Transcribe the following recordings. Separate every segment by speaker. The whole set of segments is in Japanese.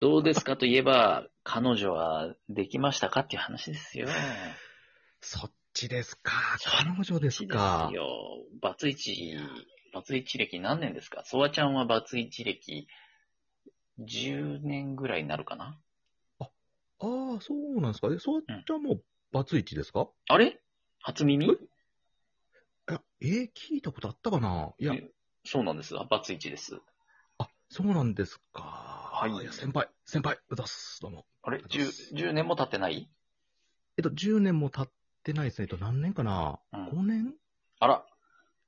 Speaker 1: どうですかといえば、彼女はできましたかっていう話ですよ。
Speaker 2: そっちですか。彼女です
Speaker 1: で
Speaker 2: か
Speaker 1: す。よ。バツイチ、バツイチ歴何年ですかソワちゃんはバツイチ歴10年ぐらいになるかな
Speaker 2: ああ、そうなんですか。え、そうちゃんもうバツイチですか、
Speaker 1: あれ初耳
Speaker 2: いやえー聞いたことあったかないや
Speaker 1: え、そうなんです。バツイチです。
Speaker 2: あ、そうなんですか。
Speaker 1: はい
Speaker 2: や先輩、先輩、うざっす。どうも。
Speaker 1: あれ 10, 10年も経ってない、
Speaker 2: えっと、10年も経ってないですね。えっと、何年かな
Speaker 1: うん
Speaker 2: ?5 年
Speaker 1: あら、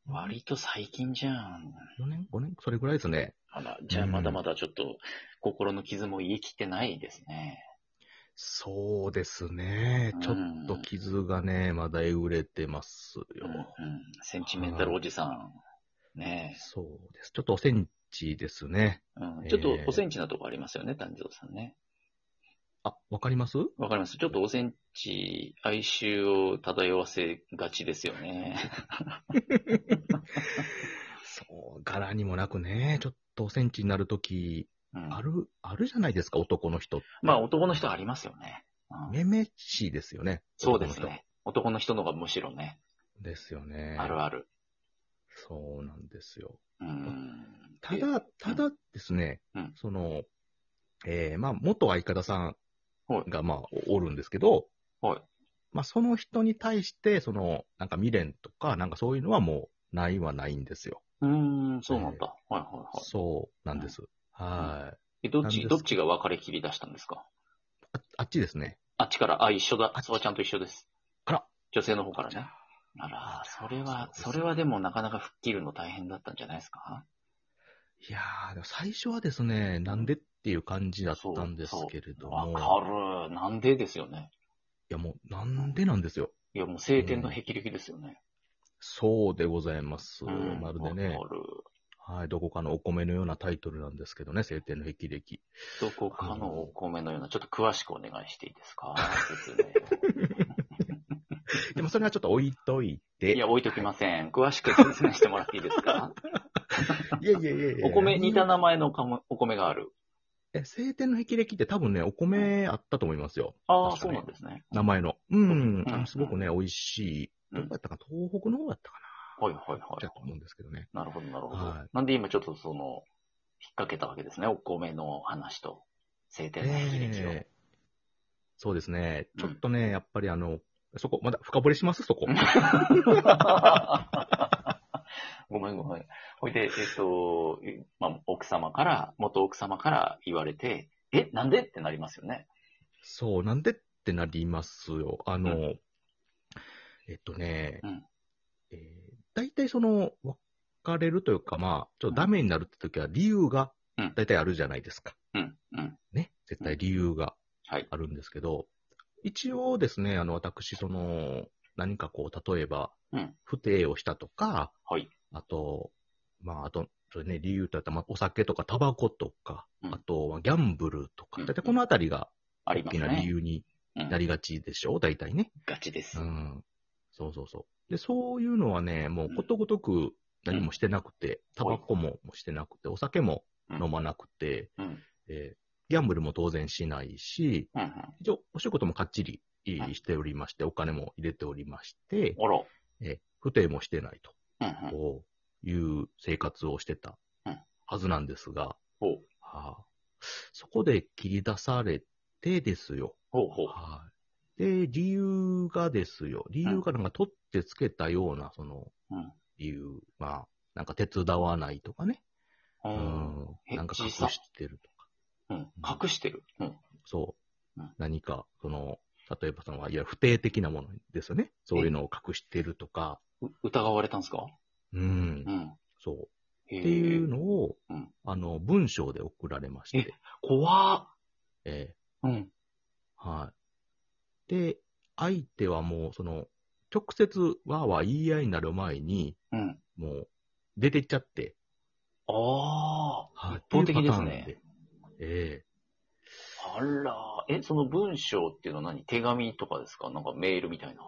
Speaker 1: 割と最近じゃん。
Speaker 2: ?4 年 ?5 年それぐらいですね。
Speaker 1: あら、じゃあ
Speaker 2: うん
Speaker 1: まだまだちょっと心の傷も癒えきってないですね。
Speaker 2: そうですね。ちょっと傷がね、まだえぐれてます
Speaker 1: う
Speaker 2: よ。
Speaker 1: ん、うん、センチメンタルおじさん。ね
Speaker 2: そうです。ちょっとおセンチですね。
Speaker 1: え、うん。
Speaker 2: え
Speaker 1: ちょっとおセンチなとこありますよね、丹蔵さんね。
Speaker 2: あ、わかります
Speaker 1: わかります。ちょっとおセンチ、哀愁を漂わせがちですよ ね。
Speaker 2: そう、柄にもなくね、ちょっとおセンチになるとき、
Speaker 1: うん、
Speaker 2: ある、あるじゃないですか、男の人って。
Speaker 1: まあ男の人ありますよね。うん
Speaker 2: めめしいですよね。
Speaker 1: そうです
Speaker 2: 男の
Speaker 1: ね。男の人の方がむしろね、
Speaker 2: 人。ですよね。
Speaker 1: あるある。
Speaker 2: そうなんですよ。
Speaker 1: うん。
Speaker 2: た
Speaker 1: で、
Speaker 2: だ、ただですね、
Speaker 1: うん
Speaker 2: その、えー、まあ、元相方さ
Speaker 1: はい
Speaker 2: んが、まあ、おおるんですけど、
Speaker 1: はい
Speaker 2: まあ、その人に対して、その、なんか未練とか、なんかそういうのはもう、ないはないんですよ。
Speaker 1: うん、そうなんだ。はいはいは
Speaker 2: そうなんです。は
Speaker 1: い。
Speaker 2: い。
Speaker 1: え、どっ
Speaker 2: なんで
Speaker 1: ち、
Speaker 2: すか
Speaker 1: どっちが別れ切り出したんですか
Speaker 2: ああっちですね。
Speaker 1: あっちから、あ、一緒だ
Speaker 2: あ。っち
Speaker 1: そばちゃんと一緒です。
Speaker 2: あら。
Speaker 1: 女性の方からね。あら、それは、
Speaker 2: そうです
Speaker 1: それはでもなかなか吹っ切るの大変だったんじゃないですか
Speaker 2: いやー、でも最初はですね、なんでっていう感じだったんですけれど
Speaker 1: わ
Speaker 2: も、
Speaker 1: かる。なんでですよね。
Speaker 2: いやもう、なんでなんですよ。
Speaker 1: いや、もう晴天の霹靂ですよね。
Speaker 2: そうでございます。
Speaker 1: うん
Speaker 2: まるで
Speaker 1: わ
Speaker 2: ね、
Speaker 1: かる。
Speaker 2: はい、どこかのお米のようなタイトルなんですけどね、晴天の霹靂。
Speaker 1: どこかのお米のような、ちょっと詳しくお願い していいですか説
Speaker 2: でもそれはちょっと置いといて。
Speaker 1: 明をいや、置いときません。詳しく説明してもらっていいです か
Speaker 2: いやいやいやいや
Speaker 1: お米、似た名前のおかもお米がある。
Speaker 2: え、晴天の霹靂って多分ね、お米あったと思いますよ。
Speaker 1: ああ、
Speaker 2: 確か
Speaker 1: そう
Speaker 2: に
Speaker 1: なんですね。
Speaker 2: 名前の。う
Speaker 1: うん
Speaker 2: ん。
Speaker 1: うん
Speaker 2: あのすごくね、美味しい。
Speaker 1: うん
Speaker 2: どこやったか、東北の方だったか
Speaker 1: はいはいはい
Speaker 2: な。だと思うんですけどね。
Speaker 1: なるほど、なるほど。
Speaker 2: はい
Speaker 1: なんで今ちょっとその、引っ掛けたわけですね。お米の話と、晴天の霹靂を。
Speaker 2: ええそうですね。ちょっとね、やっぱりあの、そこ、まだ深掘りしますそこ。
Speaker 1: ごめんごめん。ほいで、えっと、まあ、奥様から、元奥様から言われて、え、なんでってなりますよね。
Speaker 2: そう、なんでってなりますよ。あの、
Speaker 1: う
Speaker 2: えっとね、
Speaker 1: うん
Speaker 2: えー大体その、別れるというか、まあ、ちょっとダメになるって時は理由が
Speaker 1: うん、
Speaker 2: 大体あるじゃないですか。
Speaker 1: うん、うん。
Speaker 2: ね。絶対理由が
Speaker 1: はい。
Speaker 2: あるんですけど、一応ですね、あの、私、その、何かこう、例えば
Speaker 1: うん、
Speaker 2: 不定をしたとか、
Speaker 1: はい
Speaker 2: あと、まあ、あと、それね、理由といったら、まあ、お酒とかタバコとか、
Speaker 1: うん
Speaker 2: あとはギャンブルとか、
Speaker 1: うん
Speaker 2: 大体このあたりが
Speaker 1: あり
Speaker 2: 大
Speaker 1: ま
Speaker 2: き
Speaker 1: す
Speaker 2: な理
Speaker 1: ね。
Speaker 2: 由に
Speaker 1: うん
Speaker 2: なりがちでしょ、大体ね。
Speaker 1: ガチです
Speaker 2: う。ん。そうそうそう。で、そういうのはね、もうことごとく何もしてなくて、タバコもしてなくて、お酒も飲まなくて、
Speaker 1: うん。うん、
Speaker 2: えーギャンブルも当然しないし、
Speaker 1: うん。あ
Speaker 2: 一応、お仕事もかっちりえー
Speaker 1: はい
Speaker 2: しておりまして、お金も入れておりまして、
Speaker 1: ら。
Speaker 2: えー不定もしてないと
Speaker 1: うん、うん。
Speaker 2: こういう生活をしてた
Speaker 1: うん
Speaker 2: はずなんですが、
Speaker 1: ほう。
Speaker 2: はあそこで切り出されてですよ。
Speaker 1: ほうほう。
Speaker 2: はいで、理由がですよ。理由がなんか取ってつけたような、その
Speaker 1: うん、
Speaker 2: 理由、まあ、なんか手伝わないとかね。
Speaker 1: う。
Speaker 2: うんん。
Speaker 1: え
Speaker 2: なんか隠
Speaker 1: 小さ
Speaker 2: してるとか。
Speaker 1: うん。隠してる。うん。
Speaker 2: そう
Speaker 1: うん。
Speaker 2: 何か、その、例えばその、いわゆる不定的なものですよね。そういうのを隠してるとか、
Speaker 1: う疑われたんですか
Speaker 2: うん
Speaker 1: う、ん。
Speaker 2: そう。
Speaker 1: へえ
Speaker 2: っていうのを、
Speaker 1: うん
Speaker 2: あの、文章で送られまして、
Speaker 1: 怖っ。
Speaker 2: え
Speaker 1: うん。
Speaker 2: ーはい。で、相手はもう、その、直接、わーわー言い合いになる前に、
Speaker 1: うん。
Speaker 2: もう、出てっちゃって、
Speaker 1: ああ、
Speaker 2: はい
Speaker 1: 一方的です
Speaker 2: っ
Speaker 1: ね。
Speaker 2: ていうパターンでえ
Speaker 1: あら、え、その文章っていうのは何手紙とかですかなんかメールみたいな。
Speaker 2: ー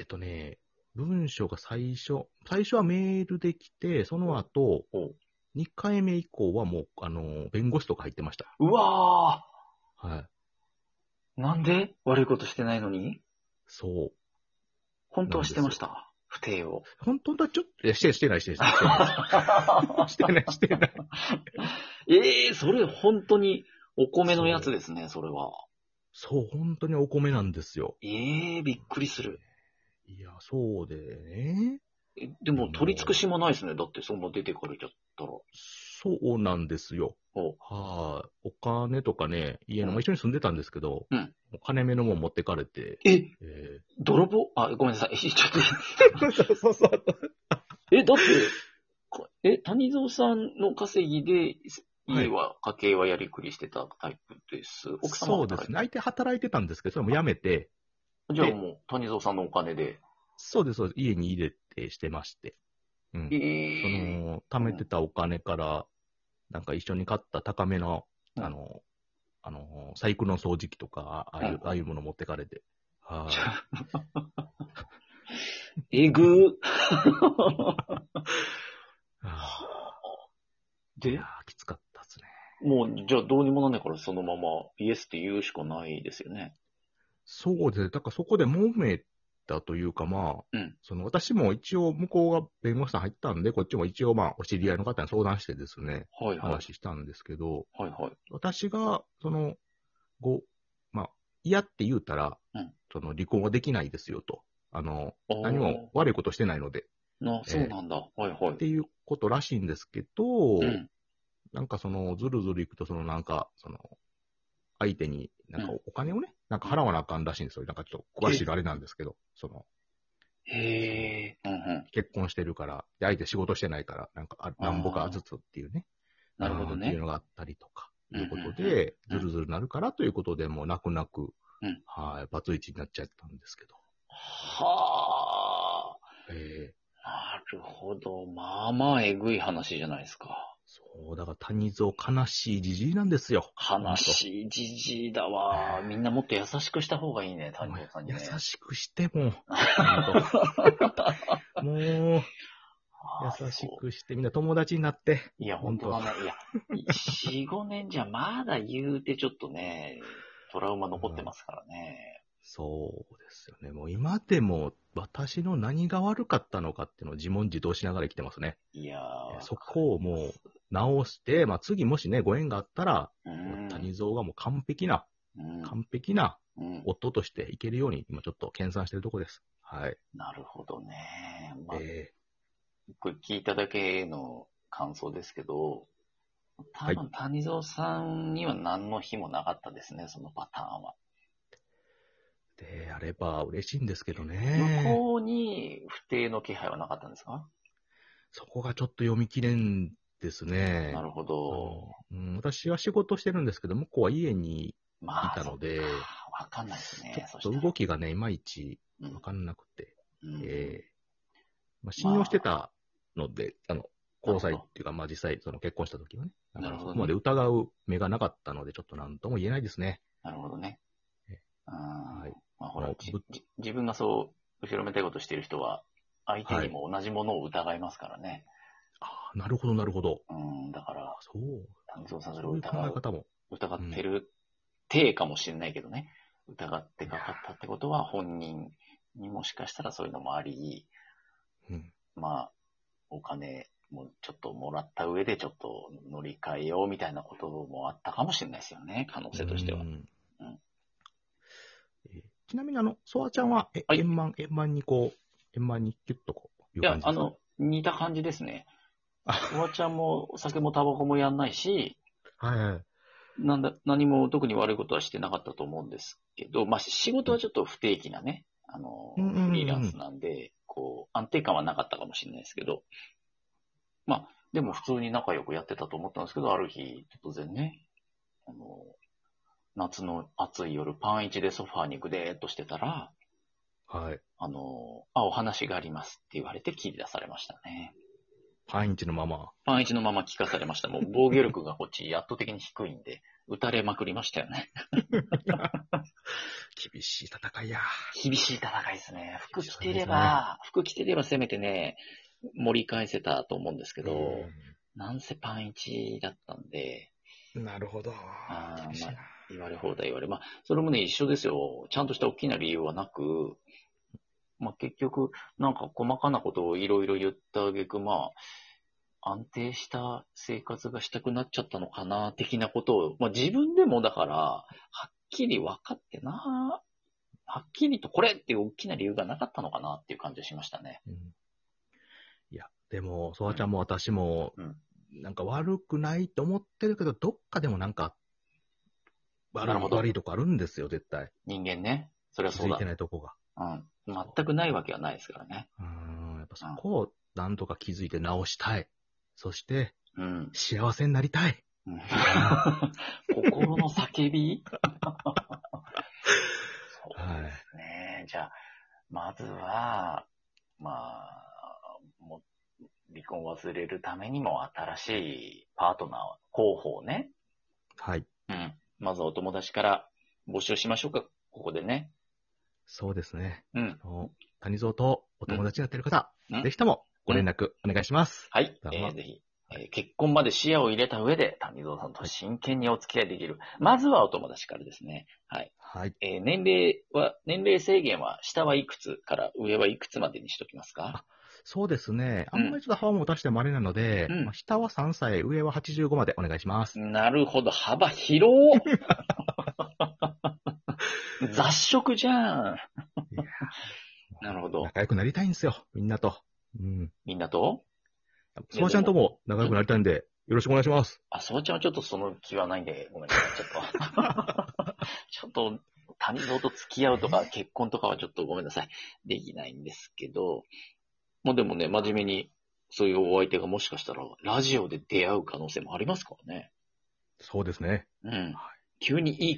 Speaker 2: えっとね、文章が最初、最初はメールできて、その後
Speaker 1: おう、
Speaker 2: 2回目以降はもう、あの、弁護士とか入ってました。
Speaker 1: うわなんで悪いことしてないのに
Speaker 2: そう。
Speaker 1: 本当はしてました。不定 を。
Speaker 2: 本当だ、ちょっと、いやして、してない、してない。してない してない、してない。
Speaker 1: ええそれ本当にお米のやつですね、それは。
Speaker 2: そう、本当にお米なんですよ。
Speaker 1: ええびっくりする。
Speaker 2: いや、そうでね。
Speaker 1: えでも取り尽くしもないですね。だってそんな出てかれちゃったら。
Speaker 2: そうなんですよ。
Speaker 1: お
Speaker 2: はい、お金とかね、家の、
Speaker 1: うん
Speaker 2: まあ一緒に住んでたんですけど、
Speaker 1: うん
Speaker 2: お金目のもん持ってかれて、
Speaker 1: え、
Speaker 2: え
Speaker 1: 泥棒あ、ごめんなさい。ちょっと
Speaker 2: ーそうそうそう。
Speaker 1: え、だって、こえ、谷蔵さんの稼ぎで、家は、家計はやりくりしてたタイプです。奥様
Speaker 2: そ
Speaker 1: は
Speaker 2: うですね。
Speaker 1: 働い
Speaker 2: 相手働いてたんですけど、それもやめて、
Speaker 1: て。じゃあもう、谷蔵さんのお金で。
Speaker 2: そうです、そうです。家に入れてしてまして。うん
Speaker 1: え。
Speaker 2: そ
Speaker 1: え
Speaker 2: の、貯めてたお金から、なんか一緒に買った高めの、
Speaker 1: うん
Speaker 2: あの、あの、サイクルの掃除機とか、ああいう、
Speaker 1: うん
Speaker 2: ああいうもの持ってかれて。はい、
Speaker 1: えぐー。
Speaker 2: あー。
Speaker 1: で
Speaker 2: いや、ーきつかったですね。
Speaker 1: もう、じゃあどうにもなんないから、そのまま、イエスって言うしかないですよね。
Speaker 2: そうですね。だからそこで揉めたというか、まあ、
Speaker 1: うん
Speaker 2: その私も一応向こうが弁護士さん入ったんで、こっちも一応まあ、お知り合いの方に相談してですね、
Speaker 1: はいはい。
Speaker 2: 話したんですけど、
Speaker 1: はいはい。
Speaker 2: 私が、その、ご、まあ、嫌って言うたら、
Speaker 1: うん
Speaker 2: その離婚はできないですよと。あの、
Speaker 1: あー
Speaker 2: 何も悪いことしてないので、
Speaker 1: な、
Speaker 2: え
Speaker 1: そうなんだ。はいはい
Speaker 2: って。いうことらしいんですけど、
Speaker 1: うん。
Speaker 2: なんかその、ずるずるいくと、そのなんか、その、相手に、なんか
Speaker 1: う
Speaker 2: お金をね、なんか払わなあかんらしいんですよ。なんかちょっと詳しいのあれなんですけど、その、
Speaker 1: へえ。うんうん。
Speaker 2: 結婚してるから、で相手仕事してないから、なんかあ、
Speaker 1: あー
Speaker 2: なんぼかずつっていうね。
Speaker 1: なるほど
Speaker 2: うんってい
Speaker 1: ね
Speaker 2: う。のがあったりとか、
Speaker 1: うん
Speaker 2: いうこと
Speaker 1: うん
Speaker 2: で、
Speaker 1: う
Speaker 2: ず
Speaker 1: ん
Speaker 2: るずるなるからということで、もう泣く泣く、
Speaker 1: うん
Speaker 2: はい、バツイチになっちゃったんですけど。
Speaker 1: はあ。
Speaker 2: ええ
Speaker 1: なるほど。まあまあ、えぐい話じゃないですか。
Speaker 2: そう、だから谷蔵悲しいじじいなんですよ。
Speaker 1: 悲しいじじいだわ。みんなもっと優しくした方がいいね、
Speaker 2: ほ
Speaker 1: 炭
Speaker 2: んと
Speaker 1: 治郎さんに
Speaker 2: 優
Speaker 1: ね。
Speaker 2: しくして も、ほんともう、
Speaker 1: あー
Speaker 2: 優し
Speaker 1: そう
Speaker 2: くして、みんな友達になって、
Speaker 1: いや、本当だね。いや、4、5年じゃまだ言うてちょっとね、トラウマ残ってますからね。
Speaker 2: そうですよね。もう今でも私の何が悪かったのかっていうのを自問自答しながら生きてますね。
Speaker 1: いや
Speaker 2: いや
Speaker 1: ー。
Speaker 2: そこをもう直して、まあ次もしね、ご縁があったら、
Speaker 1: うん、
Speaker 2: 谷蔵がもう完璧な、
Speaker 1: うん
Speaker 2: 完璧な
Speaker 1: うん
Speaker 2: 夫としていけるように、今ちょっと研鑽してるとこです。はい。
Speaker 1: なるほどね。まあ、
Speaker 2: え
Speaker 1: これ聞いただけの感想ですけど、多
Speaker 2: は
Speaker 1: 分谷蔵さんには何の日もなかったですね、そのパターンは。
Speaker 2: ーであれば嬉しいんですけど
Speaker 1: 向
Speaker 2: ね。
Speaker 1: こうに不定の気配はなかったんですか、
Speaker 2: そこがちょっと読み切れんですね。
Speaker 1: なるほど。
Speaker 2: あのうん私は仕事してるんですけど、向こうは家にい
Speaker 1: まあ、
Speaker 2: た
Speaker 1: そ
Speaker 2: の
Speaker 1: っ
Speaker 2: で、
Speaker 1: かわかんないですね。
Speaker 2: ちょっと動きがね、いまいち
Speaker 1: うん
Speaker 2: わかんなくて、
Speaker 1: うん
Speaker 2: えーまあ、信用してたので、あの、交際っていうか、まあ実際、その結婚した時はね、あの
Speaker 1: なるほどね
Speaker 2: そこまで疑う目がなかったので、ちょっとなんとも言えないですね。
Speaker 1: なるほどね。
Speaker 2: え
Speaker 1: あ
Speaker 2: はい
Speaker 1: まあ、ほ
Speaker 2: ま
Speaker 1: ら
Speaker 2: あ、
Speaker 1: じ
Speaker 2: ぶ
Speaker 1: じ自分がそう、後ろめたいことしてる人は、相手にも同じものを疑いますからね。
Speaker 2: ああ、なるほど、なるほど。
Speaker 1: うん、だか
Speaker 2: あ
Speaker 1: ら、
Speaker 2: そう。
Speaker 1: 谷蔵さんそれ
Speaker 2: そ
Speaker 1: を
Speaker 2: ういう考
Speaker 1: 疑
Speaker 2: え
Speaker 1: う
Speaker 2: 方も。
Speaker 1: 疑ってる体かもしれないけどね、疑ってかかったってことは本人にもしかしたらそういうのもあり、
Speaker 2: うん。
Speaker 1: まあ、お金もちょっともらった上でちょっと乗り換えようみたいなこともあったかもしれないですよね、可能性としては
Speaker 2: う。ん
Speaker 1: うん
Speaker 2: えーちなみに、あの、ソワちゃんは、え
Speaker 1: はい
Speaker 2: 円満、円満にこう、円満にキュッとこう、い
Speaker 1: いうや
Speaker 2: 感、じ
Speaker 1: あ
Speaker 2: ですか
Speaker 1: の、似た感じですね。
Speaker 2: あ
Speaker 1: おばちゃんもお酒もタバコもやんないし、
Speaker 2: はいはい。
Speaker 1: なんだ、何も特に悪いことはしてなかったと思うんですけど、まあ、仕事はちょっと不定期なね、あの、
Speaker 2: うんうんうん
Speaker 1: フリーランスなんで、こう、安定感はなかったかもしれないですけど、まあ、でも普通に仲良くやってたと思ったんですけど、ある日、突然ね、あの、夏の暑い夜、パンイチでソファーにグデーっとしてたら、
Speaker 2: はい。
Speaker 1: あの、あ、お話がありますって言われて切り出されましたね。
Speaker 2: パンイチのまま。
Speaker 1: パンイチのまま聞かされました。もう防御力がこっち 圧倒的に低いんで、打たれまくりましたよね。
Speaker 2: 厳しい戦いや。
Speaker 1: 厳しい戦いですね。服着てれば、服着てればせめてね、盛り返せたと思うんですけど、なんせパンイチだったんで、
Speaker 2: うんなるほど
Speaker 1: あー。
Speaker 2: 厳しいな。
Speaker 1: 言われ放題言われ。まあ、それもね、一緒ですよ。ちゃんとした大きな理由はなく、まあ結局、なんか細かなことをいろいろ言った挙句まあ、安定した生活がしたくなっちゃったのかな、的なことを、まあ自分でもだから、はっきり分かってな、はっきりとこれっていう大きな理由がなかったのかなっていう感じがしましたね。
Speaker 2: うんいや、でも、ソワちゃんも私も、
Speaker 1: うん
Speaker 2: なんか悪くないと思ってるけど、どっかでもなんか、
Speaker 1: な
Speaker 2: 悪
Speaker 1: る
Speaker 2: い
Speaker 1: ほど
Speaker 2: 悪いとこあるんですよ、絶対。
Speaker 1: 人間ね。それは
Speaker 2: 気
Speaker 1: そ
Speaker 2: づ
Speaker 1: う
Speaker 2: い
Speaker 1: だ
Speaker 2: て。ないとこ
Speaker 1: う
Speaker 2: が。
Speaker 1: ん。全くないわけはないですからね。
Speaker 2: うーん、やっぱそこをなんとか気づいて直したい。そして、
Speaker 1: うん。
Speaker 2: 幸せになりたい。
Speaker 1: うん 心の叫 びそうですね。じゃあ、まずは、まあ、もう離婚を忘れるためにも新しいパートナー、候補をね、
Speaker 2: はい。
Speaker 1: うん。まずはお友達から募集しましょうか、ここでね。
Speaker 2: そうですね。
Speaker 1: うん。
Speaker 2: あの谷蔵とお友達になってる方、
Speaker 1: うん
Speaker 2: ぜひともご連絡お願いします。
Speaker 1: はい。え
Speaker 2: だな
Speaker 1: ーぜひ、えー結婚まで視野を入れた上で、谷蔵さんと真剣にお付き合いできる。まずはお友達からですね。はい。
Speaker 2: はい。
Speaker 1: えー年齢は、年齢制限は、下はいくつから上はいくつまでにしときますか
Speaker 2: そうですね。あ
Speaker 1: うん
Speaker 2: んまりちょっと幅も出してもあれなので、
Speaker 1: うん
Speaker 2: まあ下は3歳、上は85までお願いします。
Speaker 1: なるほど、幅広雑食じゃん。
Speaker 2: いや
Speaker 1: なるほど。
Speaker 2: 仲良くなりたいんですよ、みんなと。うん。
Speaker 1: みんなと
Speaker 2: そばちゃんとも仲良くなりたいんで、よろしくお願いします。
Speaker 1: あ、そうちゃんはちょっとその気はないんで、ごめんなさい。ちょっと。ちょっと、谷蔵と付き合うとか、結婚とかはちょっとごめんなさい。できないんですけど、もうでもね、真面目に、そういうお相手がもしかしたら、ラジオで出会う可能性もありますからね。
Speaker 2: そうですね。
Speaker 1: うん。急にいい